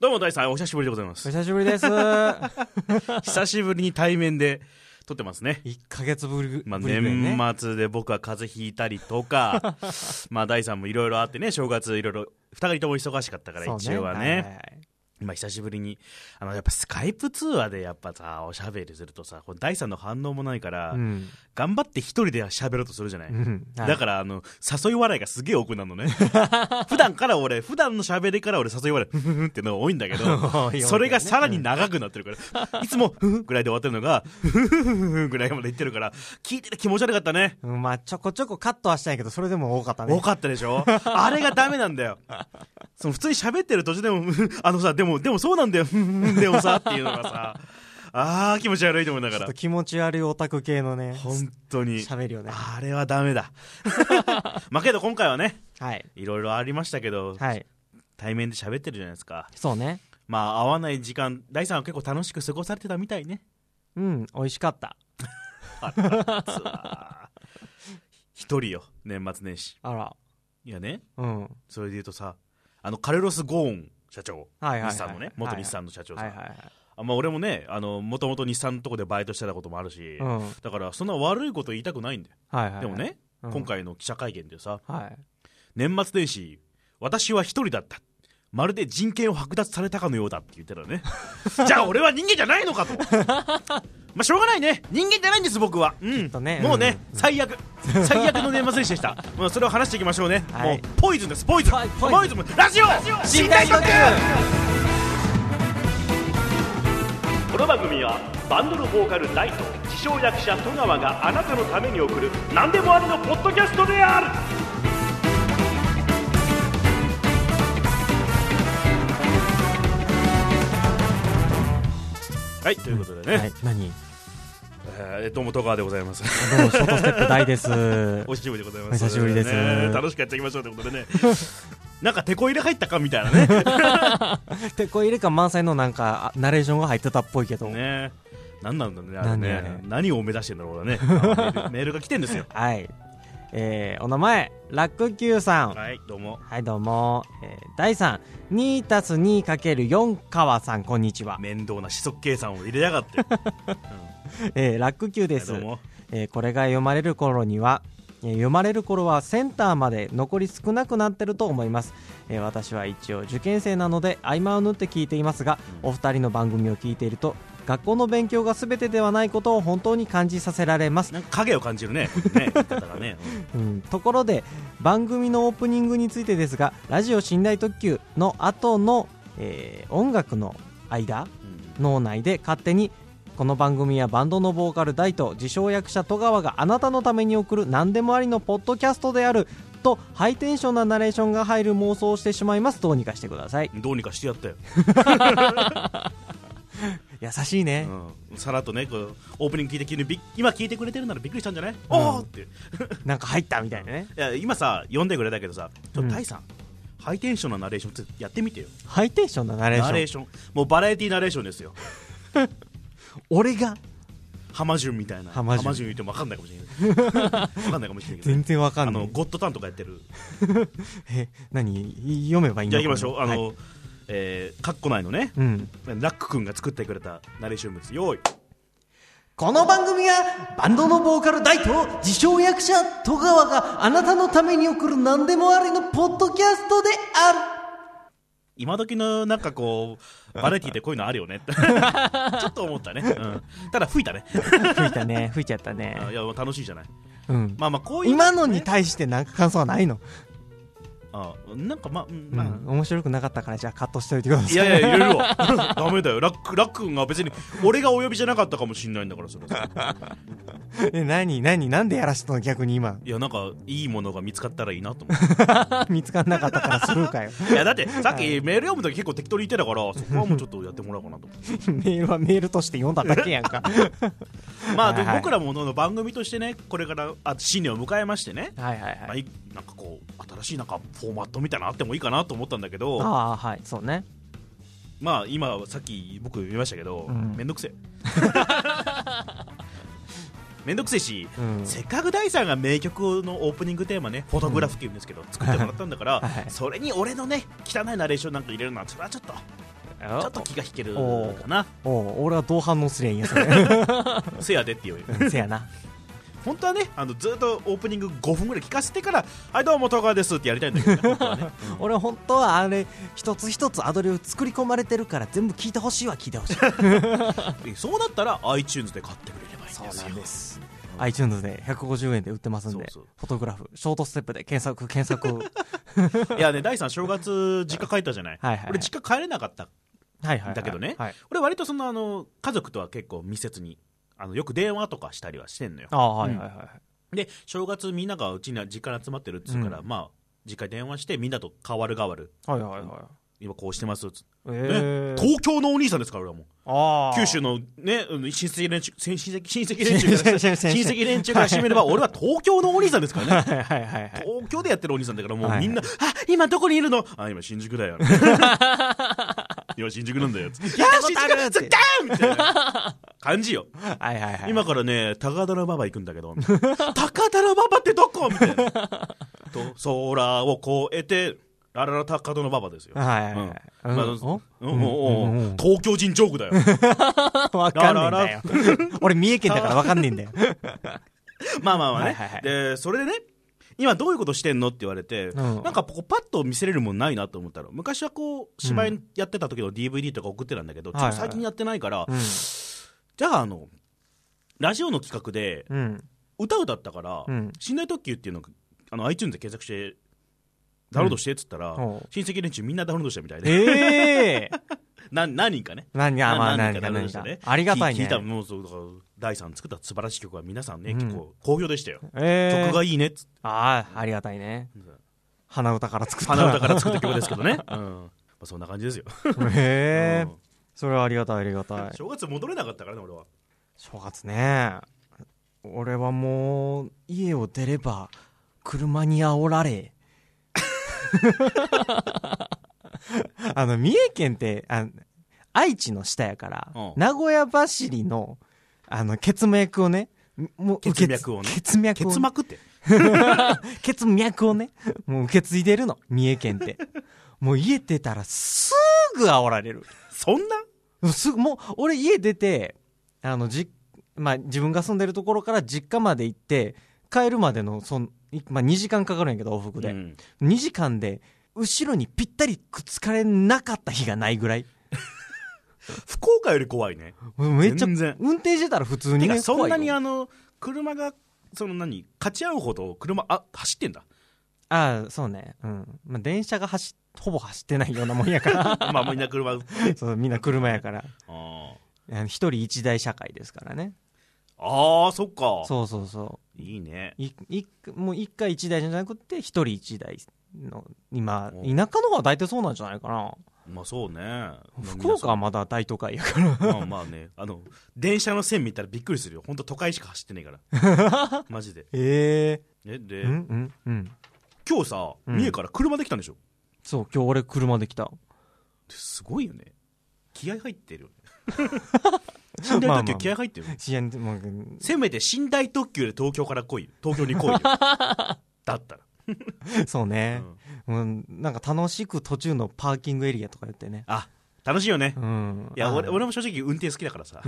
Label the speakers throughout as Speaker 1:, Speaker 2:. Speaker 1: どうも、大さん、お久しぶりでございま
Speaker 2: お
Speaker 1: す。
Speaker 2: 久しぶ りです。1
Speaker 1: 久しぶりに対面で撮ってますね。
Speaker 2: ヶ月ぶりぐ
Speaker 1: まあ、
Speaker 2: ぶりぐらいね。
Speaker 1: 年末で僕は風邪ひいたりと か、まあ、大さんもいろいろあってね、正月いろいろ、二人とも忙しかったから、
Speaker 2: そう
Speaker 1: 一応はね。
Speaker 2: いい
Speaker 1: 今、久しぶりに、あの、やっぱスカイプ通話でやっぱさ、おしゃべりするとさ、こう大さんの反応もないから、
Speaker 2: はいうん。
Speaker 1: 頑張って一人で喋ろうとするじゃない。
Speaker 2: うん
Speaker 1: だから、あの、誘い笑いがすげえ多くなるの ね。普段から俺、普段の喋りから俺誘い笑い、ふふふってのが多いんだけど、
Speaker 2: ら
Speaker 1: それがさらに長くなってるから、 いつも、ふふぐらいで終わってるのが、ふふふふふぐらいまでいってるから、聞いてて気持ち悪かったね。
Speaker 2: うん、まあちょこちょこカットはしたんやけど、それでも多かったね。
Speaker 1: 多かったでしょあれがダメなんだよ。その普通に喋ってる途中でも、 ふふあのさ、でも、でもそうなんだよ、 ふふふでもさ、っていうのがさ、あー気持ち悪いと思いなが
Speaker 2: ちょっ
Speaker 1: ら
Speaker 2: と。気持ち悪いオタク系のね、
Speaker 1: 本当に。
Speaker 2: 喋るよね。
Speaker 1: あれはダメ だ。まあけど今回はね、
Speaker 2: はい。
Speaker 1: いろいろありましたけど、
Speaker 2: はい。
Speaker 1: 対面で喋ってるじゃないですか。
Speaker 2: そうね。
Speaker 1: まあ、会わない時間、大さんは結構楽しく過ごされてたみたいね。
Speaker 2: うん、美味しかった。
Speaker 1: つわー一人よ、年末年始。
Speaker 2: あら。
Speaker 1: いやね、
Speaker 2: うん。は
Speaker 1: それで言うとさ、あの、カルロス・ゴーン社長、
Speaker 2: いはい、はい。
Speaker 1: 日産のね、元日産の社長さ
Speaker 2: はい
Speaker 1: ん。
Speaker 2: はいはい。
Speaker 1: あまあ、俺もね、あの、もともと日産のとこでバイトしてたこともあるし、
Speaker 2: うん。はい
Speaker 1: だから、そんな悪いこと言いたくないんだよ。
Speaker 2: はいはい。
Speaker 1: でもね、
Speaker 2: うん、
Speaker 1: 今回の記者会見でさ、
Speaker 2: はい。
Speaker 1: 年末年始、私は一人だった。まるで人権を剥奪されたかのようだって言ってた ね。じゃあ俺は人間じゃないのかと。まあしょうがないね。人間じゃないんです僕は。うん。
Speaker 2: とね
Speaker 1: もうね、
Speaker 2: うん
Speaker 1: 最悪。最悪の年末年始でし た。もうそれを話していきましょうね。
Speaker 2: はい
Speaker 1: もうポイズンです、ポイズン。
Speaker 2: はいポイズン
Speaker 1: ポイズンもラジオ新大特この番組はバンドのボーカル大と自称役者戸川があなたのために送る何でもありのポッドキャストであるはいということでね、
Speaker 2: はい、何 ど
Speaker 1: えーどうも戸川でござい ます
Speaker 2: うもショートステップ大です。
Speaker 1: お久しぶりでございます
Speaker 2: お久しぶりです
Speaker 1: ね楽しくやっていきましょうということでね なんかテこ入れ入ったかみたいな ね
Speaker 2: てこ入れ感満載のなんか、あナレーションが入ってたっぽいけど。
Speaker 1: ね何なんだろうねあれね
Speaker 2: なんだろうね
Speaker 1: 何を目指してんだろ うねあのメールメールが来てんですよ
Speaker 2: はい。えー、お名前、ラックキューさん。
Speaker 1: はいどうも
Speaker 2: はい、どうも。えー、第3、2たす 2×4 川さん、こんにちは。
Speaker 1: 面倒な四則計算を入れやがって、うん
Speaker 2: えー、ラックキューです
Speaker 1: どう。も
Speaker 2: えー、これが読まれる頃には、えー読まれる頃はセンターまで残り少なくなってると思います、えー私は一応受験生なので合間を縫って聞いていますが、
Speaker 1: うん
Speaker 2: お二人の番組を聞いていると学校の勉強が全てではないことを本当に感じさせられます、
Speaker 1: なんか影を感じる ねこれね言い方がね、
Speaker 2: うん、ところで番組のオープニングについてですがラジオ寝台特急の後の、えー音楽の間
Speaker 1: うん
Speaker 2: 脳内で勝手にこの番組やバンドのボーカル大と自称役者戸川があなたのために送る何でもありのポッドキャストであるとハイテンションなナレーションが入る妄想をしてしまいますどうにかしてください
Speaker 1: うんどうにかしてやったよ、
Speaker 2: 優しいね、
Speaker 1: うんさらっとねこうオープニング聞いて急にびっ今聞いてくれてるならびっくりしたんじゃない、おおーってい
Speaker 2: なんか入ったみたいなね
Speaker 1: や今さ読んでくれたけどさちょ
Speaker 2: うん
Speaker 1: っと大さん、ハイテンションなナレーションちょっとやってみてよ
Speaker 2: ハイテンションなナレーショ
Speaker 1: ナ
Speaker 2: ン
Speaker 1: レーションもうバラエティナレーションですよ
Speaker 2: 俺が
Speaker 1: 浜順みたいな
Speaker 2: 浜順
Speaker 1: 言っても分かんないかもしれない分かんないかもしれないけど
Speaker 2: 全然わか
Speaker 1: あ
Speaker 2: んな
Speaker 1: の
Speaker 2: い
Speaker 1: ゴッドタンとかやってる
Speaker 2: え何読めばいいん
Speaker 1: じ
Speaker 2: だ
Speaker 1: ゃあ行きましょうあの、
Speaker 2: はい
Speaker 1: えー、かっこないのね
Speaker 2: うん
Speaker 1: ラック君が作ってくれたナレーション物用意
Speaker 2: この番組はバンドのボーカル大と自称役者戸川があなたのために送る何でもありのポッドキャストであ
Speaker 1: 今時のなんかこ うバラエティーってこういうのあるよねちょっと思ったね、うん、ただ吹いた ね
Speaker 2: る吹いたね吹いちゃったね
Speaker 1: あいや楽しいじゃない
Speaker 2: うん
Speaker 1: まあまあこういう
Speaker 2: 今のに対してなんか感想はないの、
Speaker 1: あなんかまあ、うん
Speaker 2: うん
Speaker 1: まあ
Speaker 2: 面白くなかったからじゃあカットしておいてください
Speaker 1: いやいやいろいろ ダメだよラックラック君が別に俺がお呼びじゃなかったかもしれないんだからそれは
Speaker 2: え何何なんでやらしたの逆に 今
Speaker 1: いやなんかいいものが見つかったらいいなと思っ
Speaker 2: 見つかんなかったからスルーかよ
Speaker 1: ていやだってさっきメール読む時結構適当に言ってたからそこはもうちょっとやってもらおうかなと思って
Speaker 2: メールはメールとして読んだだけやんかはい
Speaker 1: まあ、
Speaker 2: はいはい
Speaker 1: でも僕らもの番組としてねこれからあ新年を迎えましてね、
Speaker 2: はい
Speaker 1: ま
Speaker 2: は
Speaker 1: あ
Speaker 2: い
Speaker 1: いなんかこう新しいなんかフォーマットみたいなのあってもいいかなと思ったんだけど
Speaker 2: ああはいそうね
Speaker 1: まあ今さっき僕言いましたけど、
Speaker 2: うん
Speaker 1: めんどくせえ めんどくせえし、
Speaker 2: うん
Speaker 1: せっかく大さんが名曲のオープニングテーマね「フォトグラフ」っていうんですけど、作ってもらったんだから、
Speaker 2: はい
Speaker 1: それに俺のね汚いナレーションなんか入れるのはそれはちょっとちょっと気が引けるかな
Speaker 2: おお俺はどう反応すりゃいいんやそれ
Speaker 1: せやでって言うよ
Speaker 2: うんせやな
Speaker 1: 本当はねあのずっとオープニング5分ぐらい聞かせてから「はいどうも戸川です」ってやりたいんだけど ね本当はね
Speaker 2: 俺本当はあれ一つ一つアドリブ作り込まれてるから全部聞いてほしいは聞いてほしい
Speaker 1: でそうなったら iTunes で買ってくれればいいんですよ
Speaker 2: iTunes で150円で売ってますんで
Speaker 1: そうそう
Speaker 2: フォトグラフショートステップで検索 検索
Speaker 1: いやね第3正月実家帰ったじゃない
Speaker 2: はいはいはい
Speaker 1: 俺実家帰れなかった
Speaker 2: はいはいはい
Speaker 1: だけどね
Speaker 2: はい、
Speaker 1: 俺割とそのあの家族とは結構密接にあのよく電話とかしたりはしてんのよ
Speaker 2: ああはいはいはい、
Speaker 1: で正月みんながうちに実家に集まってるっつうから、
Speaker 2: う
Speaker 1: まあ実家に電話してみんなと代わる代わる
Speaker 2: はいはいはい
Speaker 1: 今こうしてますっつって、
Speaker 2: え
Speaker 1: ね
Speaker 2: え
Speaker 1: 東京のお兄さんですから俺はもう
Speaker 2: ああ
Speaker 1: 九州のねうん親戚連中親戚親戚連中から
Speaker 2: 親
Speaker 1: 親
Speaker 2: 戚連中
Speaker 1: 戚連中からしてみれば俺は東京のお兄さんですからね
Speaker 2: はいはいはいはい
Speaker 1: 東京でやってるお兄さんだからも
Speaker 2: は
Speaker 1: う
Speaker 2: い
Speaker 1: みんな「あ今どこにいるの?」「あ今新宿だ よ」今新宿なんだよ」つって「いや
Speaker 2: たこ
Speaker 1: 新
Speaker 2: とあ
Speaker 1: 宿
Speaker 2: る
Speaker 1: だ!」つって「みたいな感じよ
Speaker 2: はいはいはい
Speaker 1: 今からね高田の馬場行くんだけどみ たいな「高田の馬場ってどこ?」みたいな 「と空を越えてあらら高田の馬場ですよ」
Speaker 2: はいはいはい
Speaker 1: うんまあ
Speaker 2: う
Speaker 1: う
Speaker 2: ん
Speaker 1: んお
Speaker 2: うんうんう
Speaker 1: うん東京人ジョークだよ
Speaker 2: お わかんねえんだよ俺三重県だからわかんねえんだよ
Speaker 1: まあまあまあ
Speaker 2: はい
Speaker 1: ね
Speaker 2: はいはい
Speaker 1: でそれでね今どういうことしてんのって言われて、
Speaker 2: うん
Speaker 1: なんかこうパッと見せれるもんないなと思ったら昔はこう芝居やってた時の DVD とか送ってたんだけど、
Speaker 2: は
Speaker 1: ち
Speaker 2: い
Speaker 1: ょ
Speaker 2: は
Speaker 1: っ
Speaker 2: い
Speaker 1: と最近やってないから、
Speaker 2: うん
Speaker 1: じゃああのラジオの企画で
Speaker 2: うん
Speaker 1: 歌歌ったから「
Speaker 2: うん
Speaker 1: 寝台特急」っていうのをあの iTunes で検索してダウンロードしてっつったら、
Speaker 2: うんおう
Speaker 1: 親戚連中みんなダウンロードしたみたいで、
Speaker 2: え え
Speaker 1: な何人かね
Speaker 2: 何がまあ何
Speaker 1: ダ
Speaker 2: が
Speaker 1: ウンロード
Speaker 2: 何
Speaker 1: し
Speaker 2: が
Speaker 1: てね
Speaker 2: ありがたい
Speaker 1: 聞
Speaker 2: ね
Speaker 1: いたもうそうだから第3作った素晴らしい曲は皆さんね、
Speaker 2: うん
Speaker 1: 結構好評でしたよ、
Speaker 2: ええ
Speaker 1: 曲がいいねっつって
Speaker 2: ああありがたいね鼻歌から作った
Speaker 1: 花歌から作った曲ですけ どね、うんまあ、そんな感じですよ、
Speaker 2: へえ
Speaker 1: うん
Speaker 2: それはありがたいありがたい
Speaker 1: 正月戻れなかったからね俺は
Speaker 2: 正月ね俺はもう家を出れば車に煽 られあの三重県ってあ愛知の下やから、
Speaker 1: うん
Speaker 2: 名古屋走りのあの血脈をねもう受け継
Speaker 1: 血脈をね
Speaker 2: 血脈を
Speaker 1: 結膜って
Speaker 2: 血脈をね、もう受け継いでるの、三重 県って。もう家出たらすぐ煽られる。
Speaker 1: そんな
Speaker 2: すぐ、もう、俺家出て、あの、じ、まあ、自分が住んでるところから実家まで行って、帰るまでの、そん、いまあ、2時間かかるんやけど、往復
Speaker 1: う
Speaker 2: で。
Speaker 1: ん
Speaker 2: 2時間で、後ろにぴったりくっつかれなかった日がないぐらい。
Speaker 1: 福岡より怖いね
Speaker 2: めっちゃ、
Speaker 1: 全然
Speaker 2: 運転してたら普通に
Speaker 1: て
Speaker 2: ね。
Speaker 1: かそんな
Speaker 2: 怖い
Speaker 1: に
Speaker 2: よ
Speaker 1: あの車がその何勝ち合うほど車あ走ってん だ
Speaker 2: ああ、そうね。うん。まあ、電車が走、ほぼ走ってないようなもん やから。
Speaker 1: まあみんな 車あ
Speaker 2: そう、みんな車やから。
Speaker 1: ー
Speaker 2: あの一人一台社会ですからね
Speaker 1: あーそっか
Speaker 2: そうそうそ
Speaker 1: いいね
Speaker 2: ういいもう一回一台じゃなくて一人一台の今
Speaker 1: お
Speaker 2: 田舎の方は大体そうなんじゃないかな
Speaker 1: まあそうね
Speaker 2: 福岡はまだ大都会やから
Speaker 1: まあまあ ねあの電車の線見たらびっくりするよ本当都会しか走ってねえから マジで
Speaker 2: え
Speaker 1: えで
Speaker 2: えうんうんうん
Speaker 1: 今日さ
Speaker 2: うん
Speaker 1: 三重から車できたんでしょ
Speaker 2: そう今日俺車で来た
Speaker 1: すごいよね気合入って るよね
Speaker 2: ま
Speaker 1: 寝
Speaker 2: あまあ
Speaker 1: 台特急気合入ってるよね
Speaker 2: 支援もう
Speaker 1: せめて寝台特急で東京から来いよ東京に 来いよだったら、
Speaker 2: そう
Speaker 1: う
Speaker 2: ね、
Speaker 1: ん
Speaker 2: うん、なんか楽しく途中のパーキングエリアとか言ってね
Speaker 1: あ楽しいよね
Speaker 2: うん
Speaker 1: いや俺
Speaker 2: あ
Speaker 1: 俺も正直運転好きだから さ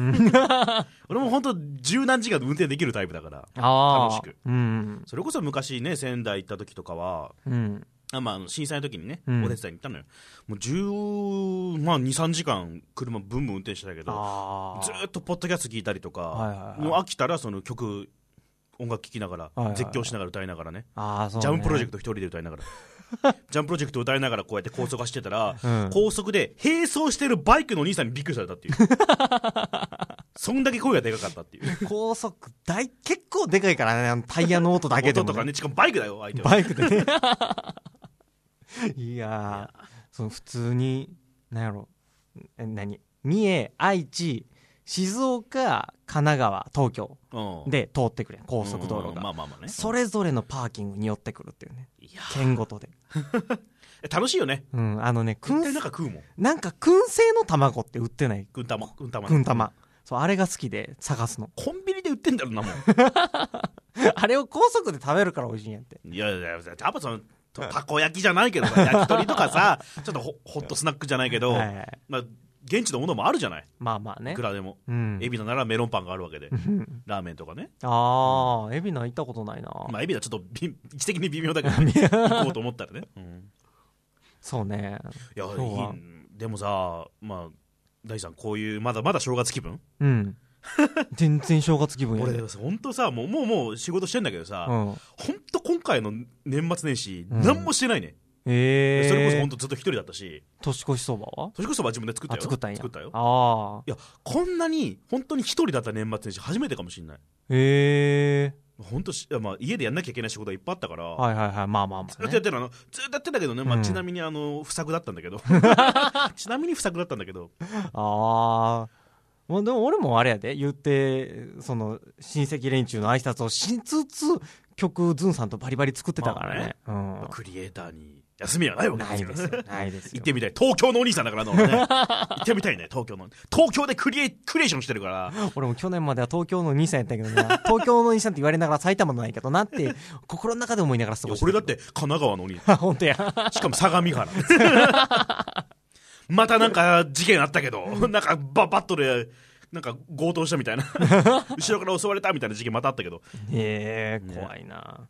Speaker 1: 俺も本当十何時間運転できるタイプだから
Speaker 2: あ
Speaker 1: 楽しく
Speaker 2: うん
Speaker 1: それこそ昔ね仙台行った時とかは
Speaker 2: うん
Speaker 1: あまああの、震災の時にね、
Speaker 2: うん
Speaker 1: お手伝いに行ったのよもう10、まあ、23時間車ブンブン運転してたけど
Speaker 2: あ
Speaker 1: ずーっとポッドキャスト聞いたりとか、
Speaker 2: はいはいはい
Speaker 1: もう飽きたらその曲音楽聴きながら、
Speaker 2: いはいはい
Speaker 1: 絶叫しながら歌いながらね
Speaker 2: ああそう、ね、
Speaker 1: ジャムプロジェク
Speaker 2: ト
Speaker 1: ト一人で歌いながら ジャムプロジェクト歌いながらこうやって高速走ってたら、
Speaker 2: うん
Speaker 1: 高速で並走してるバイクのお兄さんにびっくりされたっていう そんだけ声がでかかったっていう
Speaker 2: 高速大結構でかいからねあのタイヤの音だけ
Speaker 1: 音
Speaker 2: でも、ね、
Speaker 1: とかねしかもバイクだよ相手は
Speaker 2: バイクでねいやーその普通に何やろえ何三重愛知静岡神奈川東京
Speaker 1: うん
Speaker 2: で通ってくれ高速道路
Speaker 1: うん
Speaker 2: が、
Speaker 1: まあまあまあね
Speaker 2: それぞれのパーキングに寄ってくるっていうね
Speaker 1: いや
Speaker 2: 県ごとで、
Speaker 1: 楽しいよね
Speaker 2: うん、あのね
Speaker 1: 絶対
Speaker 2: 燻
Speaker 1: なん
Speaker 2: 製
Speaker 1: か食うもん
Speaker 2: なんか燻製の卵って売ってない
Speaker 1: 軍玉軍玉
Speaker 2: 燻玉そうあれが好きで探すの
Speaker 1: コンビニで売ってんだろうなも
Speaker 2: あれを高速で食べるから美味しいんやって
Speaker 1: んいやいややっぱその たこ焼きじゃないけどさ焼き鳥とかさちょっとホホットスナックじゃないけど、
Speaker 2: はいはい
Speaker 1: まあ、現地のものもあるじゃない
Speaker 2: まあまあ
Speaker 1: い
Speaker 2: ね
Speaker 1: くらでも
Speaker 2: うん
Speaker 1: 海老名ならメロンパンがあるわけでラーメンとかね
Speaker 2: ああ海老名行ったことないな、
Speaker 1: まあ海老名ちょっとびん位置的に微妙だけど、ね、行こうと思ったら ね、うん
Speaker 2: そうね
Speaker 1: いや
Speaker 2: 今日はい
Speaker 1: いでもさまあ大地さんこういうまだまだ正月気分
Speaker 2: うん 全然正月気分や
Speaker 1: 俺
Speaker 2: ね
Speaker 1: 本当さもうもうもう仕事してんだけどさ、
Speaker 2: うん
Speaker 1: 本当今回の年末年始、
Speaker 2: うん
Speaker 1: 何もしてないね、
Speaker 2: ええ
Speaker 1: それこそ本当ずっと一人だったし
Speaker 2: 年越しそばは
Speaker 1: 年越しそばは自分で作った
Speaker 2: あ
Speaker 1: よ
Speaker 2: 作ったんや
Speaker 1: よ
Speaker 2: ああ
Speaker 1: いやこんなに本当に一人だった年末年始初めてかもしれない
Speaker 2: ええ
Speaker 1: 本当し、いやまあ、家でやんなきゃいけない仕事がいっぱいあったから、
Speaker 2: はいはいはいまあまあま
Speaker 1: ず
Speaker 2: あ、
Speaker 1: っとや
Speaker 2: ね
Speaker 1: っ、てるあのずっとやってたけどね、まあ
Speaker 2: うん
Speaker 1: ちなみにあの不作だったんだ けどちなみに不作だったんだけど
Speaker 2: ああまあでも俺もあれやで言ってその親戚連中の挨拶をしつつ曲ズンさんとバリバリ作ってたからね,、
Speaker 1: クリエイターに休みはない
Speaker 2: うん
Speaker 1: わけで
Speaker 2: な
Speaker 1: す
Speaker 2: い
Speaker 1: よ
Speaker 2: ですよないですよ
Speaker 1: 行ってみたい東京のお兄さんだからな 俺ね行ってみたいね東京の東京でクリエクリエーションしてるから
Speaker 2: 俺も去年までは東京の兄さんやったけどな 東京の兄さんって言われながら埼玉のないけどなって心の中で思いながら過
Speaker 1: い
Speaker 2: ご
Speaker 1: や
Speaker 2: して
Speaker 1: 俺だって神奈川のお兄さ
Speaker 2: た 本当や
Speaker 1: んしかも相模原またなんか事件あったけどなんかババットでなんか強盗したみた いな後ろから襲われたみたいな事件またあったけど
Speaker 2: ええ
Speaker 1: ね
Speaker 2: 怖いな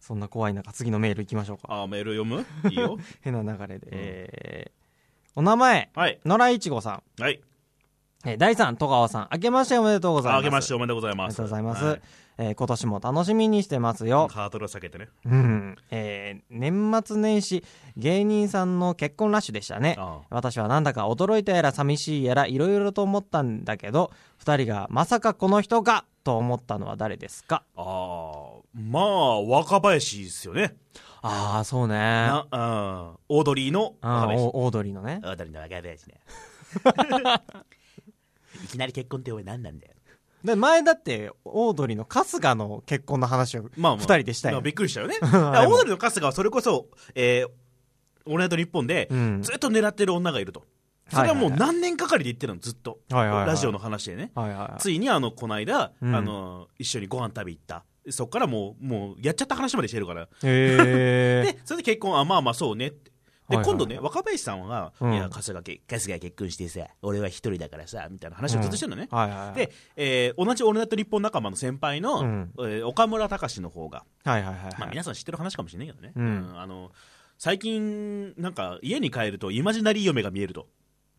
Speaker 2: そんな怖い中次のメールいきましょうか
Speaker 1: あーメール読むいいよ
Speaker 2: 変な流れで、えーお名前
Speaker 1: はい
Speaker 2: 野良いちごさん
Speaker 1: はい
Speaker 2: えー第3戸川さん明けましておめでとうございます
Speaker 1: あげましておめでとうござい
Speaker 2: あり
Speaker 1: ま
Speaker 2: が
Speaker 1: す
Speaker 2: とうございます、
Speaker 1: はい
Speaker 2: えー今年も楽しみにしてますよ、
Speaker 1: ハードルを避けてね
Speaker 2: うんえー年末年始芸人さんの結婚ラッシュでしたね
Speaker 1: あ
Speaker 2: 私はなんだか驚いたやら寂しいやらいろいろと思ったんだけど2人がまさかこの人がと思ったのは誰ですか
Speaker 1: あーまあ若林ですよね
Speaker 2: ああそうね
Speaker 1: なあーオードリーの
Speaker 2: あ
Speaker 1: 若
Speaker 2: ー
Speaker 1: 林
Speaker 2: おオードリーのね
Speaker 1: オードリーの若林 ね いきなり結婚ってお前何なんだよ
Speaker 2: で前だってオードリーの春日の結婚の話を
Speaker 1: まあ、まあ、
Speaker 2: 2人でしたよ、
Speaker 1: まあびっくりした よねだ
Speaker 2: ん
Speaker 1: からオードリーの春日はそれこそ「えー、オールナイトニッポン」で
Speaker 2: うん
Speaker 1: ずっと狙ってる女がいるとそれはもう
Speaker 2: はいはい
Speaker 1: 何年かかりで言ってるのずっと、
Speaker 2: はいはいはい
Speaker 1: ラジオの話でね
Speaker 2: はいはいはい
Speaker 1: ついにあのこの間、
Speaker 2: うん
Speaker 1: あの一緒にご飯食べ行ったそっからもうもうやっちゃった話までしてるから
Speaker 2: へえ
Speaker 1: でそれで結婚あまあまあそうねってで、
Speaker 2: はいはい
Speaker 1: 今度ね若林さんは、
Speaker 2: うん
Speaker 1: いや春日け春日が結婚してさ俺は一人だからさみたいな話をずっとしてるのね、
Speaker 2: はいはいはい
Speaker 1: で、えー同じ「オールナイトニッポン」仲間の先輩の、
Speaker 2: うん
Speaker 1: えー岡村隆史の方が、
Speaker 2: はいはいはいはい、
Speaker 1: まあ、皆さん知ってる話かもしれないけどね、
Speaker 2: うん
Speaker 1: あの最近なんか家に帰るとイマジナリー嫁が見えると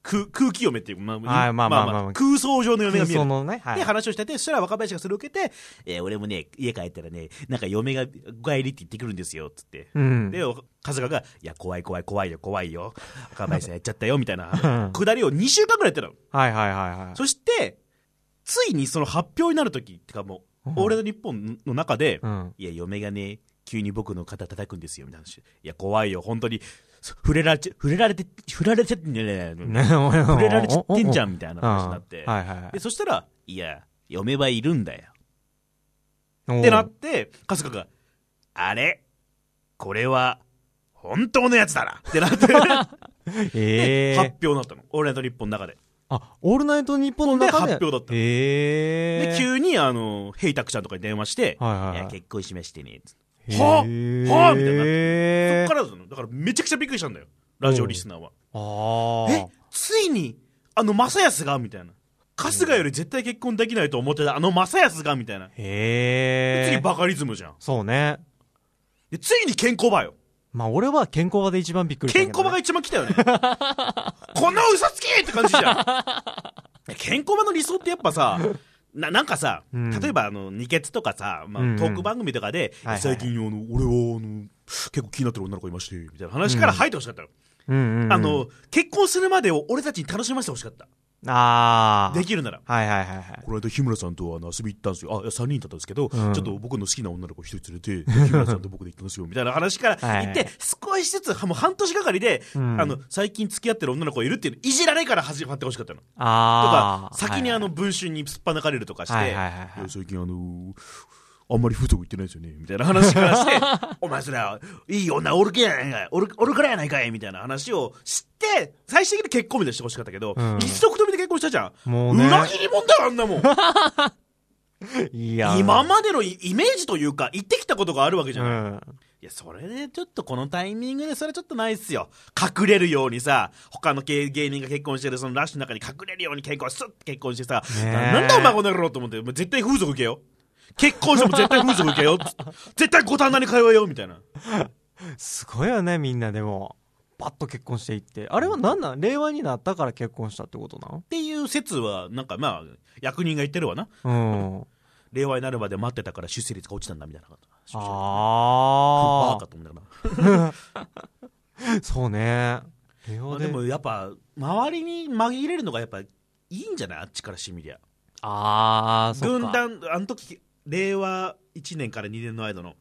Speaker 1: 空空気嫁っていう、まあ
Speaker 2: はいまあまあまあまあ
Speaker 1: 空想上の嫁が見える
Speaker 2: そのね、はい
Speaker 1: で、話をしてて、そしたら若林がそれを受けて、えー俺もね、家帰ったらね、なんか嫁がお帰りって言ってくるんですよ、つって。
Speaker 2: うん、
Speaker 1: で、お春日が、いや、怖い怖い怖いよ、怖いよ。若林さんやっちゃったよ、みたい
Speaker 2: うん
Speaker 1: な、くだりを2週間ぐらいやってたの。
Speaker 2: はいはいはいはい
Speaker 1: そして、ついにその発表になるとき、ってかもう、
Speaker 2: うん
Speaker 1: 俺の日本の中で、
Speaker 2: うん
Speaker 1: いや、嫁がね、急に僕の肩叩くんですよ、みたいな話。いや、怖いよ、本当に、そ触れられちゃ、触れられて、触れられちゃってんじゃねえ
Speaker 2: ね、触
Speaker 1: 触れられちゃってんじゃ
Speaker 2: ん
Speaker 1: ん、みたいな話になって。
Speaker 2: はいはいはい
Speaker 1: でそしたら「いや嫁はいるんだよ」
Speaker 2: おー
Speaker 1: ってなって春日が「あれこれは本当のやつだな」ってなって、
Speaker 2: ええ
Speaker 1: 発表になったの「オールナイトニッポン」の中で
Speaker 2: あオールナイトニッポンの中で
Speaker 1: で発表だった
Speaker 2: え
Speaker 1: で
Speaker 2: え
Speaker 1: 急にあのヘイタクちゃんとかに電話して「
Speaker 2: はいはいはい
Speaker 1: いや結婚しましてね」つって
Speaker 2: へー
Speaker 1: ははみたいになそっ
Speaker 2: へー
Speaker 1: からだったのだからめちゃくちゃびっくりしたんだよラジオリスナーは
Speaker 2: あ
Speaker 1: 「えついにあの正康が?」みたいな春日より絶対結婚できないと思ってたあの正康がみたいな
Speaker 2: ーへえ
Speaker 1: 次バカリズムじゃん
Speaker 2: そうね
Speaker 1: でついに健康場よ
Speaker 2: まあ俺は健康場で一番びっくりした
Speaker 1: ケ
Speaker 2: け
Speaker 1: ン
Speaker 2: ど
Speaker 1: コ
Speaker 2: ね
Speaker 1: バが一番来たよね。 この嘘つきって感じじゃん。ケンコバの理想ってやっぱさ、ななんかさ、
Speaker 2: うん
Speaker 1: 例えばあの、二血とかさ、まあ
Speaker 2: うんうん
Speaker 1: トーク番組とかで、
Speaker 2: はいはい
Speaker 1: 最近あの、俺はあの、結構気になってる女の子いまして、みたいな話から入ってほしかったよ、
Speaker 2: うんうんうん
Speaker 1: あの、結婚するまでを俺たちに楽しませてほしかった。
Speaker 2: ああ
Speaker 1: できるなら。
Speaker 2: はいはいはいはい
Speaker 1: この間日村さんとあの遊び行ったんですよあいや3人だったんですけど、
Speaker 2: うん
Speaker 1: ちょっと僕の好きな女の子一人連れて日村さんと僕で行ったんですよみたいな話から行って、
Speaker 2: はい
Speaker 1: 少しずつはもう半年がかりで、
Speaker 2: うん
Speaker 1: あの最近付き合ってる女の子いるっていうのいじられから始まってほしかったのと
Speaker 2: あ
Speaker 1: か
Speaker 2: あ
Speaker 1: 先にあの文春にすっぱ抜かれるとかして、
Speaker 2: はいはいはいはい
Speaker 1: いや最近あのあんまり風俗行ってないですよねみたいな話からして お前それはいい女おるけやないかいおるおるからやないかいみたいな話をして最終的に結婚みたいにしてほしかったけど、
Speaker 2: うん
Speaker 1: 一足飛びで結婚したじゃん
Speaker 2: もうね
Speaker 1: 裏切り者だよあんな もん
Speaker 2: いや
Speaker 1: 今までのイイメージというか言ってきたことがあるわけじゃない、い
Speaker 2: うん
Speaker 1: いや、それでちょっとこのタイミングでそれちょっとないっすよ。隠れるようにさ、他の芸芸人が結婚してるそのラッシュの中に隠れるように結婚すって結婚してさ、
Speaker 2: ねえ
Speaker 1: ななんだお前この野郎と思って、もう絶対風俗受けよ。結婚しても絶対風俗受けよ。つって 絶対五反田に通えよ、みたいな。
Speaker 2: すごいよねみんなでもパッと結婚していってあれは何なん令和になったから結婚したってこと
Speaker 1: っていう説は、なんかまあ、役人が言ってるわな。
Speaker 2: なんうん
Speaker 1: 令和になるまで待ってたから出世率が落ちたんだ、みたいなこと。バ
Speaker 2: あ
Speaker 1: ーかと思うんだけどな。
Speaker 2: あそうね平
Speaker 1: ま
Speaker 2: 和
Speaker 1: あ
Speaker 2: で
Speaker 1: でもやっぱ、周りに紛れるのがやっぱいいんじゃないあっちからしてみりゃ。
Speaker 2: ああそう
Speaker 1: 軍
Speaker 2: か
Speaker 1: 団、あの時、令和1年から2年の間の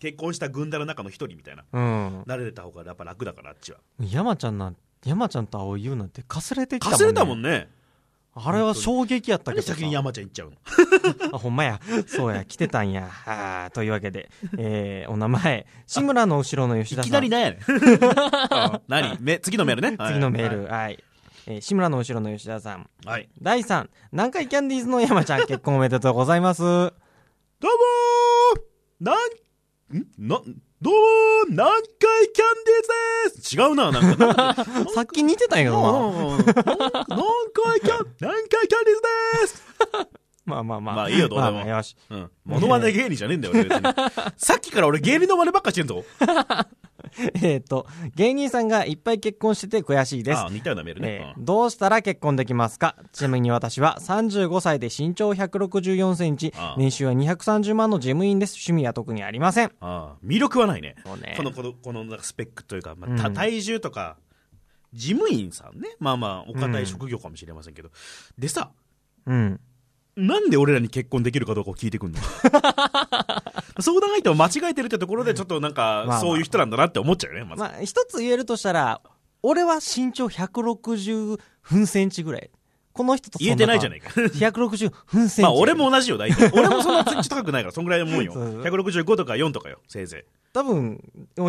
Speaker 1: 結婚した軍団の中の一人みたいな。
Speaker 2: うんうん
Speaker 1: 慣れた方がやっぱ楽だから、あっちは。
Speaker 2: 山ちゃんなん山ちゃんと蒼井優なんてかすれてきた
Speaker 1: か
Speaker 2: もん、ね、
Speaker 1: すれたもんね。
Speaker 2: あれは衝撃やった
Speaker 1: なん
Speaker 2: け
Speaker 1: で
Speaker 2: どさ
Speaker 1: 先に山ちゃん行っちゃうの
Speaker 2: あほんまやそうや来てたんやあーというわけで、えーお名前志村の後ろの吉
Speaker 1: い
Speaker 2: 田さん
Speaker 1: きなりなんやねん。何め次のメールね。はい
Speaker 2: 次のメール。はい、えー志村の後ろの吉田さん
Speaker 1: はい。
Speaker 2: 第3南海キャンディーズの山ちゃん結婚おめでとうございます
Speaker 1: どうもーなん、んな、どうもー南海キャンディーズです違うな、なんか。なんか
Speaker 2: さっき似てたんやけ
Speaker 1: な
Speaker 2: どな
Speaker 1: なんか南海キャン、南海キャンディーズです
Speaker 2: まあまあまあ
Speaker 1: まあいいよどうでも
Speaker 2: まあまあよし
Speaker 1: うん。モノマネ芸人じゃねえんだよ、俺別に。さっきから俺芸人の真似ばっかしてんぞ。
Speaker 2: えっと芸人さんがいっぱい結婚してて悔しいです
Speaker 1: ああ、似たようなメール
Speaker 2: え
Speaker 1: ね。
Speaker 2: ーどうしたら結婚できますかちなみに私は35歳で身長1 6 4センチ
Speaker 1: ああ
Speaker 2: 年収は230万の事務員です趣味は特にありません
Speaker 1: ああ、魅力はないね。
Speaker 2: そうね
Speaker 1: この、この、このなんかスペックというか、まあた
Speaker 2: うん
Speaker 1: 体重とか、事務員さんね。まあまあ、お堅い職業かもしれませんけど。でさ、
Speaker 2: うん
Speaker 1: なんで俺らに結婚できるかどうかを聞いてくん の相談相手を間違えてるってところでちょっとなん
Speaker 2: まあま
Speaker 1: か
Speaker 2: あ
Speaker 1: そういう人なんだなって思っちゃうよねまず、
Speaker 2: まあ一つ言えるとしたら俺は身長160分センチぐらいこの人とそん
Speaker 1: 言えてないじゃないか
Speaker 2: 160分セン チ
Speaker 1: まあ俺も同じよ大 体俺もそんな高くないからそんぐらいのもんよ
Speaker 2: そうそう
Speaker 1: 165とか4とかよせいぜい
Speaker 2: 多分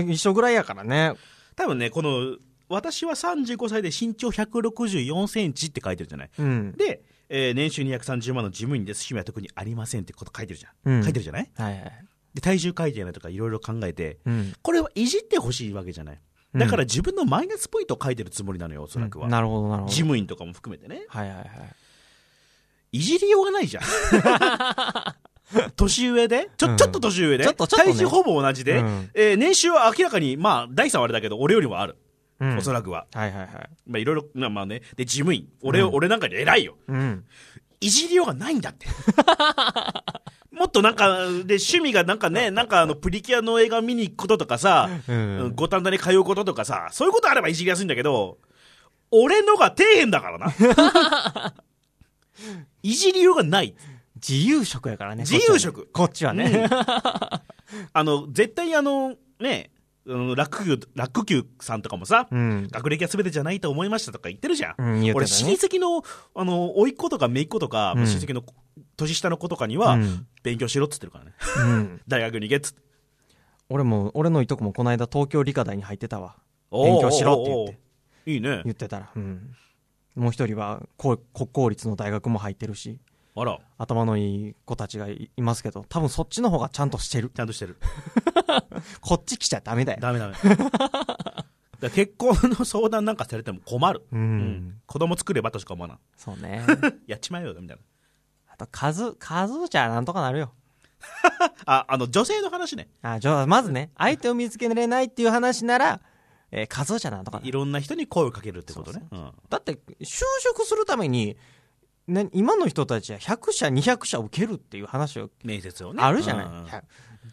Speaker 2: 一緒ぐらいやからね
Speaker 1: 多分ねこの私は35歳で身長164センチって書いてるじゃない
Speaker 2: うん
Speaker 1: で、えー年収230万の事務員です趣味は特にありませんってこと書いてるじゃん、
Speaker 2: うん
Speaker 1: 書いてるじゃない
Speaker 2: はいはい
Speaker 1: で体重書いてないとかいろいろ考えて
Speaker 2: うん
Speaker 1: これはいじってほしいわけじゃないだから自分のマイナスポイントを書いてるつもりなのよおそらくは、
Speaker 2: なるほどなるほ
Speaker 1: 事
Speaker 2: ど
Speaker 1: 務員とかも含めてね
Speaker 2: はいはいはい
Speaker 1: いじりようがない じゃん年上でち
Speaker 2: う
Speaker 1: ょ
Speaker 2: ん
Speaker 1: ちょっと年上で、
Speaker 2: ちょっとちょっとね
Speaker 1: 体重ほぼ同じで、
Speaker 2: うん
Speaker 1: えー年収は明らかにまあ第三はあれだけど俺よりもある、
Speaker 2: うん
Speaker 1: おそらくは
Speaker 2: はいはいはい
Speaker 1: まあいろいろまあまあねで事務員俺,、俺なんかより偉いよ
Speaker 2: うん
Speaker 1: いじりようがないんだって もっとなんかで趣味がなんか ねなんかあのプリキュアの映画見に行くこととかさ、
Speaker 2: うん
Speaker 1: 五反田に通うこととかさそういうことあればいじりやすいんだけど俺のが底辺だからな いじりようがない
Speaker 2: 自由職やからね
Speaker 1: 自由職
Speaker 2: こっちはねこっちはね
Speaker 1: あの絶対あのねあの楽球楽球さんとかもさ、
Speaker 2: うん
Speaker 1: 学歴は全てじゃないと思いましたとか言ってるじゃん、
Speaker 2: うん言ってたね
Speaker 1: 俺親戚のあの甥っ子とか姪っ子とか、
Speaker 2: うん
Speaker 1: 親戚の年下の子とかには、
Speaker 2: うん
Speaker 1: 勉強しろっつってるからね
Speaker 2: うん
Speaker 1: 大学に行けっつって
Speaker 2: 俺も俺のいとこもこの間東京理科大に入ってたわ勉強しろって言って
Speaker 1: ていいね
Speaker 2: 言ってたら、うん、もう一人はこう国公立の大学も入ってるし
Speaker 1: あら
Speaker 2: 頭のいい子たちがいいますけど多分そっちの方がちゃんとしてる
Speaker 1: ちゃんとしてる
Speaker 2: こっち来ちゃダメだよ
Speaker 1: ダメダメだから結婚の相談なんかされても困る、
Speaker 2: うん、
Speaker 1: 子供作ればとしか思わない
Speaker 2: そうね
Speaker 1: やっちまえよみたい な
Speaker 2: あと数数じゃなんとかなるよ
Speaker 1: ああの女性の話ね
Speaker 2: あじゃあまずね相手を見つけられないっていう話なら、えー、数じゃなんとかなる
Speaker 1: いろんな人に声をかけるってことねうん
Speaker 2: だって就職するために、ね、今の人たちは100社200社受けるっていう話を
Speaker 1: 面接をね
Speaker 2: あるじゃない、
Speaker 1: うんうん
Speaker 2: 100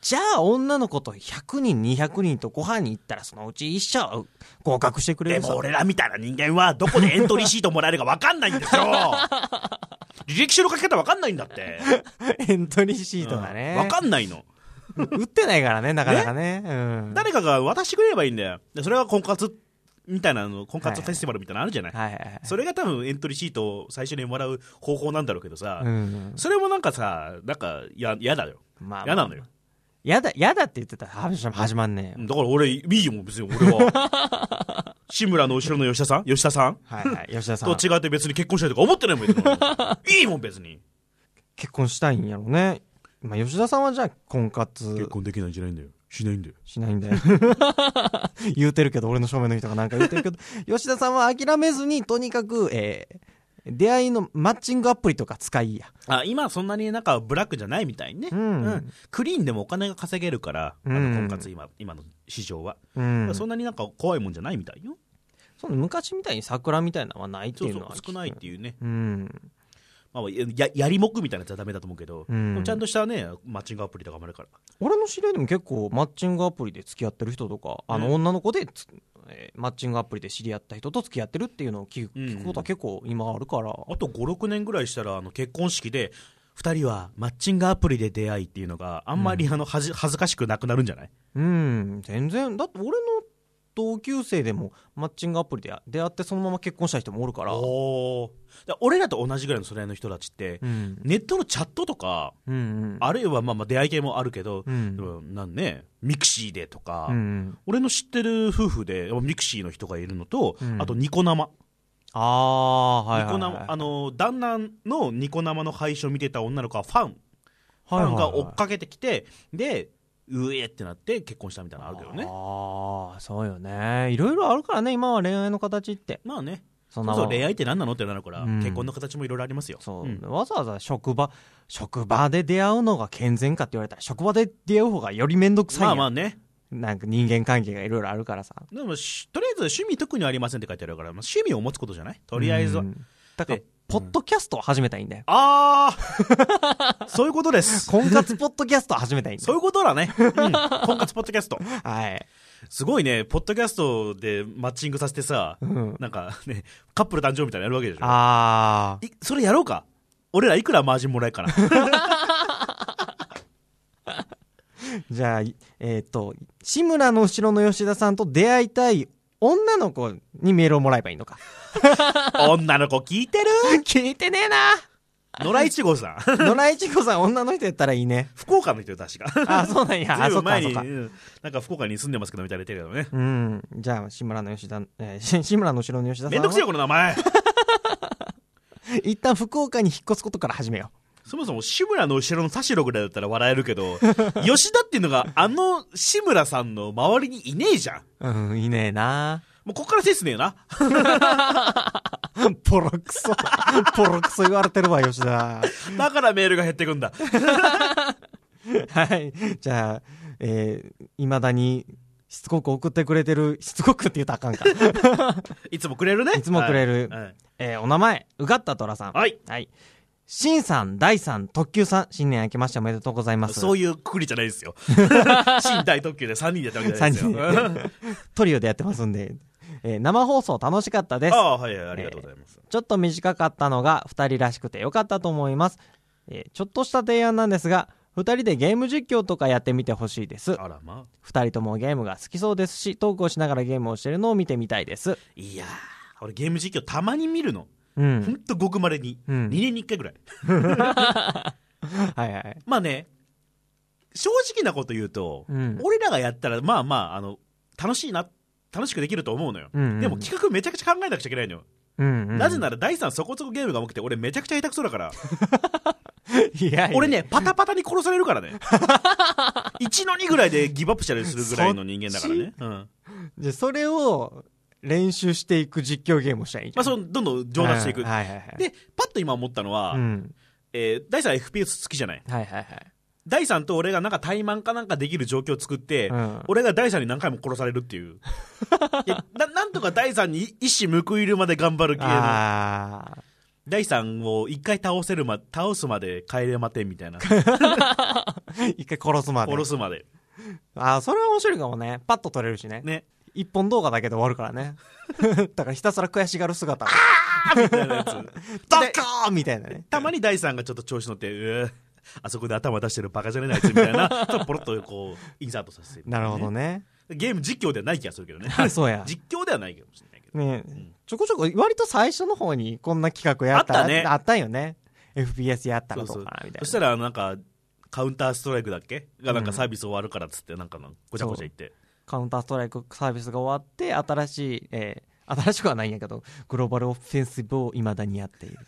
Speaker 2: じゃあ女の子と100人200人とご飯に行ったらそのうち1社は合格してくれ
Speaker 1: で
Speaker 2: るさ
Speaker 1: も俺らみたいな人間はどこでエントリーシートもらえるか分かんないんですよ履歴書の書き方分かんないんだって、
Speaker 2: エントリーシートがね、
Speaker 1: 分かんないの
Speaker 2: 売ってないからねなかなかねうん
Speaker 1: 誰かが渡してくれればいいんだよでそれは婚活みたいなの婚活フェスティバルみたいなのあるじゃない、
Speaker 2: はいはいはい
Speaker 1: それが多分エントリーシートを最初にもらう方法なんだろうけどさ、
Speaker 2: うん
Speaker 1: それもなんかさなんかや嫌だよ
Speaker 2: ま
Speaker 1: 嫌なのよ
Speaker 2: やだやだって言ってたら話始まんねえよ
Speaker 1: だから俺いいよもう別に俺は志村の後ろの吉田 さん吉田さん
Speaker 2: はいはい吉田さ
Speaker 1: と
Speaker 2: ん
Speaker 1: 違って別に結婚したいとか思ってないもん別にいいもん別に
Speaker 2: 結婚したいんやろねまあ吉田さんはじゃあ婚活
Speaker 1: 婚できないんじゃないんだよしないんだよ
Speaker 2: しないんだよ 言うてるけど俺の正面の人がなんか言ってる けど吉田さんは諦めずにとにかく、えー出会いのマッチングアプリとか使いや
Speaker 1: あ今そんなになんかブラックじゃないみたいね、
Speaker 2: うん
Speaker 1: クリーンでもお金が稼げるから、あ
Speaker 2: うん
Speaker 1: の婚活今今の市場は、
Speaker 2: うん
Speaker 1: そんなになんか怖いもんじゃないみたいよ
Speaker 2: その昔みたいに桜みたいなのはないって
Speaker 1: そ
Speaker 2: いうう
Speaker 1: そ
Speaker 2: のは
Speaker 1: う少ないっていうね、
Speaker 2: うん
Speaker 1: まあ、ややりもくみたいなやつはダメだと思うけど、
Speaker 2: うん
Speaker 1: でもちゃんとしたねマッチングアプリとかもあるから
Speaker 2: 俺の知り合いでも結構マッチングアプリで付き合ってる人とかあの
Speaker 1: ね
Speaker 2: 女の子でつ、えーマッチングアプリで知り合った人と付き合ってるっていうのを聞く,、
Speaker 1: うん
Speaker 2: 聞くことは結構今あるから
Speaker 1: あと56年ぐらいしたらあの結婚式で2人はマッチングアプリで出会いっていうのがあんまりあのはじ恥ずかしくなくなるんじゃない
Speaker 2: うん全然だって俺の同級生でもマッチングアプリで出会ってそのまま結婚した人もおるから
Speaker 1: おーだから俺らと同じぐらいの世代の人たちって、
Speaker 2: うん
Speaker 1: ネットのチャットとか
Speaker 2: うんうん
Speaker 1: あるいはまあまあ出会い系もあるけど、
Speaker 2: うん
Speaker 1: でもなんね、ミクシーでとか、
Speaker 2: うん
Speaker 1: 俺の知ってる夫婦でミクシーの人がいるのと、
Speaker 2: うん
Speaker 1: あとニコ生、
Speaker 2: ああはいはい
Speaker 1: ニコ
Speaker 2: はい
Speaker 1: 生あの旦那のニコ生の配信を見てた女の子はファン、
Speaker 2: はいはいはい
Speaker 1: ファンが追っかけてきて、で、うえってなって結婚したみたいなのあるけどね。
Speaker 2: ああそうよねいろいろあるからね今は恋愛の形って
Speaker 1: まあね、
Speaker 2: そ
Speaker 1: そ
Speaker 2: ん
Speaker 1: う
Speaker 2: な
Speaker 1: そう恋愛って何なのってなるから、
Speaker 2: うん
Speaker 1: 結婚の形もいろいろありますよ。
Speaker 2: そう、
Speaker 1: うん
Speaker 2: わざわざ職場職場で出会うのが健全かって言われたら職場で出会う方がより面倒くさい
Speaker 1: ま
Speaker 2: や
Speaker 1: あ
Speaker 2: ん、
Speaker 1: まあね、
Speaker 2: なんか人間関係がいろいろあるからさ
Speaker 1: でもしとりあえず趣味特にありませんって書いてあるから、まあ、趣味を持つことじゃないとりあえずは。
Speaker 2: うんだから
Speaker 1: で
Speaker 2: ポッドキャストを始めたいんだよ
Speaker 1: ああ そういうことです。
Speaker 2: 婚活ポッドキャストを始めたいんだ
Speaker 1: そう
Speaker 2: よ
Speaker 1: いうことだね。うん。婚活ポッドキャスト。
Speaker 2: はい、
Speaker 1: すごいね、ポッドキャストでマッチングさせてさ、
Speaker 2: うん、
Speaker 1: なんかね、カップル誕生みたいなのやるわけでしょ。
Speaker 2: あ
Speaker 1: いそれやろうか俺らいくらマージンもらえるかな
Speaker 2: ーじゃあいえっ、と志村の後ろの吉田さんと出会いたい女の子にメールをもらえばいいのか
Speaker 1: 女の子聞いてる
Speaker 2: 聞いてねえな
Speaker 1: 野良一号さん。
Speaker 2: 野良一子さん女の人やったらいいね
Speaker 1: 福岡の人よ、確 か。
Speaker 2: あーそうなんやあ
Speaker 1: ずいぶ
Speaker 2: そっ
Speaker 1: ん
Speaker 2: か
Speaker 1: 前
Speaker 2: あそっ
Speaker 1: に、
Speaker 2: か
Speaker 1: うんなんか福岡に住んでますけどみたいな言ってるけどね。
Speaker 2: うん、じゃあ、志村の吉田、えー し志村の後ろの吉田さ
Speaker 1: め
Speaker 2: ん
Speaker 1: んどくせえよ、こ
Speaker 2: は、
Speaker 1: の名前。
Speaker 2: 一旦福岡に引っ越すことから始めよ
Speaker 1: そもそも志村の後ろの田代ぐらいだったら笑えるけど、 吉田っていうのがあの志村さんの周りにいねえじゃん。
Speaker 2: う。うん、いいねえな。
Speaker 1: もうこっからセンスねえな。
Speaker 2: ポロクソ、 ポロクソ言われてるわ、吉田。
Speaker 1: だからメールが減ってくんだ。
Speaker 2: はい。じゃあ、えいまだに、しつこく送ってくれてる、しつこくって言うとあかんか。
Speaker 1: いつもくれるね。
Speaker 2: いつもくれる
Speaker 1: はい。はい
Speaker 2: えーお名前、うがったとらさん。
Speaker 1: はい。
Speaker 2: はい。しんさん、大さん、特急さん、新年明けましておめでとうございます。
Speaker 1: そういうくくりじゃない ですよ。身体特急で3人でやったわけじゃないですよ。
Speaker 2: 三人トリオでやってますんで、えー生放送楽しかったで す
Speaker 1: あ。あ、はいはい、ありがとうございます。
Speaker 2: ちょっと短かったのが2人らしくてよかったと思います、えーちょっとした提案なんですが2人でゲーム実況とかやってみてほしいです2
Speaker 1: あらまあ。
Speaker 2: 人ともゲームが好きそうですしトークをしながらゲームをしてるのを見てみたいです
Speaker 1: いやー、俺ゲーム実況たまに見るの。
Speaker 2: う
Speaker 1: ほ
Speaker 2: ん
Speaker 1: んとごくまれに。
Speaker 2: う
Speaker 1: 2
Speaker 2: ん
Speaker 1: 年に1回ぐらい。
Speaker 2: はいはい
Speaker 1: まあね、正直なこと言うと、
Speaker 2: うん
Speaker 1: 俺らがやったら、まあまあ、あの、楽しいな、楽しくできると思うのよ。
Speaker 2: うんうん
Speaker 1: でも企画めちゃくちゃ考えなくちゃいけないのよ。
Speaker 2: うんうん
Speaker 1: なぜなら、第三そこそこゲームが多くて、俺めちゃくちゃ下手くそだから、
Speaker 2: いやいや
Speaker 1: 俺ね、パタパタに殺される からね。1の2ぐらいでギブアップしたりするぐらいの人間だからね。うん。
Speaker 2: じゃあそれを練習していく実況ゲームをしたらいいんじ
Speaker 1: ま
Speaker 2: ゃ
Speaker 1: あ、
Speaker 2: ない
Speaker 1: その、どんどん上達していく。
Speaker 2: うんはいはいはい
Speaker 1: で、パッと今思ったのは、
Speaker 2: うん
Speaker 1: えー、第三 FPS 好きじゃない。
Speaker 2: はいはいはい
Speaker 1: 第三と俺がなんか対マンかなんかできる状況を作って、
Speaker 2: うん
Speaker 1: 俺が第三に何回も殺されるって いう。いやななんとか第三に一矢報いるまで頑張る系の。
Speaker 2: ああ
Speaker 1: 第三を一回倒せるま、倒すまで帰れまてんみたいな。
Speaker 2: 一回殺すまで
Speaker 1: 殺すまで。
Speaker 2: ああそれは面白いかもねパッと取れるしね
Speaker 1: ね。
Speaker 2: 一本動画だけで終わるからね だからひたすら悔しがる姿を
Speaker 1: みたいなやつ。
Speaker 2: ドッカーンみたいなね
Speaker 1: たまに第三がちょっと調子乗って、うーあそこで頭出してるバカじゃねえなあいつみたい な、ちょっとポロッとこう、インサートさせて、
Speaker 2: なるほどね
Speaker 1: ゲーム実況ではない気がするけどね。
Speaker 2: あそうや
Speaker 1: 実況ではないかもしれないけど。
Speaker 2: ねちょこちょこ割と最初の方にこんな企画やったら
Speaker 1: あったね
Speaker 2: あったんよね FPS やったら
Speaker 1: そう
Speaker 2: ど
Speaker 1: そう
Speaker 2: うかなみたい
Speaker 1: そ
Speaker 2: な
Speaker 1: したらなんかカウンターストライクだっけがなんかサービス終わるからっつってなんかのごちゃごちゃ言って
Speaker 2: カウンターストライクサービスが終わって新しい、えー新しくはないんやけどグローバルオフェンシブをいまだにやっている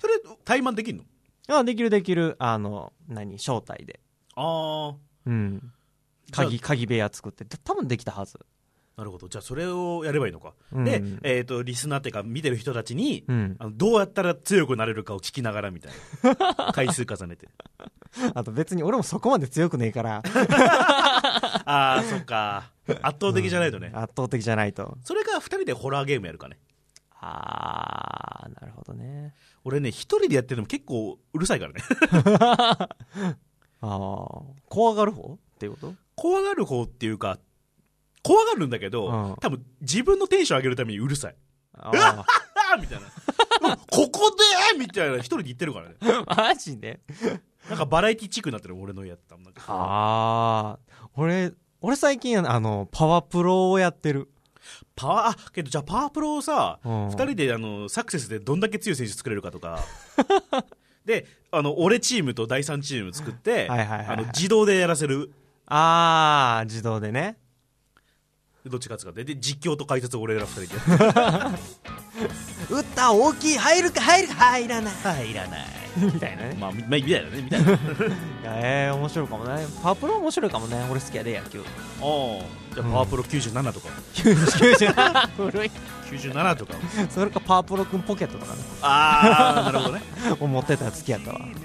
Speaker 1: それ怠慢できんの
Speaker 2: あできるできるあの何招待で
Speaker 1: ああ
Speaker 2: うん鍵鍵部屋作ってで多分できたはず、
Speaker 1: なるほどじゃあそれをやればいいのか、
Speaker 2: うん
Speaker 1: で、えー、とリスナーっていうか見てる人たちに、
Speaker 2: うん、
Speaker 1: あのどうやったら強くなれるかを聞きながらみたい な回数重ねて
Speaker 2: あと別に俺もそこまで強くねえか
Speaker 1: あ
Speaker 2: ら
Speaker 1: あそっか圧倒的じゃないとね、
Speaker 2: 圧倒的じゃないと
Speaker 1: それか2人でホラーゲームやるかね
Speaker 2: あーなるほどね
Speaker 1: 俺ね1人でやってるのも結構うるさいからね
Speaker 2: ああ怖がる方っていうこと
Speaker 1: 怖がる方っていうか怖がるんだけど、
Speaker 2: うん
Speaker 1: 多分自分のテンション上げるためにうるさい
Speaker 2: あ
Speaker 1: あーみたいなうんここでみたいな一人で言ってるからね
Speaker 2: ー マジで
Speaker 1: なんかバラエティチックになってる俺のやったなんか
Speaker 2: ああ俺俺最近あのパワプロをやってる、
Speaker 1: パワーあけどじゃあパワープロをさ、
Speaker 2: うん、
Speaker 1: 2人であのサクセスでどんだけ強い選手作れるかとか であの俺チームと第3チーム作って
Speaker 2: はいはいはいはい
Speaker 1: あの自動でやらせる
Speaker 2: ああ自動でね
Speaker 1: どっちかつかでで実況と解説を俺ら2人で
Speaker 2: 打った大きい入るか入るか入らない
Speaker 1: 入らない
Speaker 2: みたいなね
Speaker 1: まあみみたいなねみた いなあ
Speaker 2: いやえー、面白いかもねパワプロ面白いかもね俺好きやで野球
Speaker 1: あじゃあパワープロ97とか、
Speaker 2: 古い
Speaker 1: 97とか
Speaker 2: それかパワプロくんポケットとかね
Speaker 1: あ あなるほどね
Speaker 2: を持ってたら好きやったわ
Speaker 1: なるほ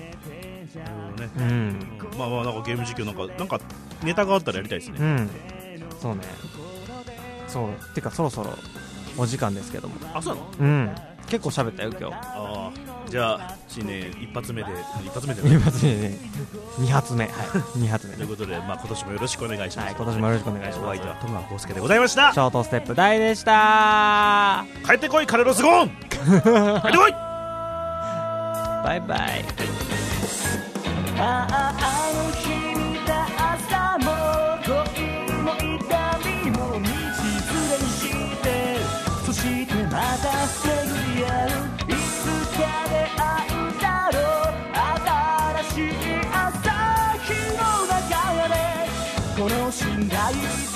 Speaker 1: どね
Speaker 2: うん
Speaker 1: まあまあなんかゲーム実況なんかなんかネタがあったらやりたいですね、
Speaker 2: うんそうねそうてかそろそろお時間ですけども
Speaker 1: あそうなの
Speaker 2: うん結構喋ったよ今日
Speaker 1: ああじゃあ新年一発目で一発目で
Speaker 2: 2発目ね2発目はい2発 目
Speaker 1: というこ
Speaker 2: ね
Speaker 1: とで、まあ、今年もよろしくお願いします、
Speaker 2: はい今年もよろしくお願いします
Speaker 1: お相手は戸川浩介でございました
Speaker 2: ショートステップ大でした
Speaker 1: 帰ってこいカルロス ゴーン帰ってこい
Speaker 2: バイバイ
Speaker 3: あああの日見た朝も恋も痛みも道連れにしてそしてまた巡り合ういつか出会うだろう新しい朝日の中でこの信頼で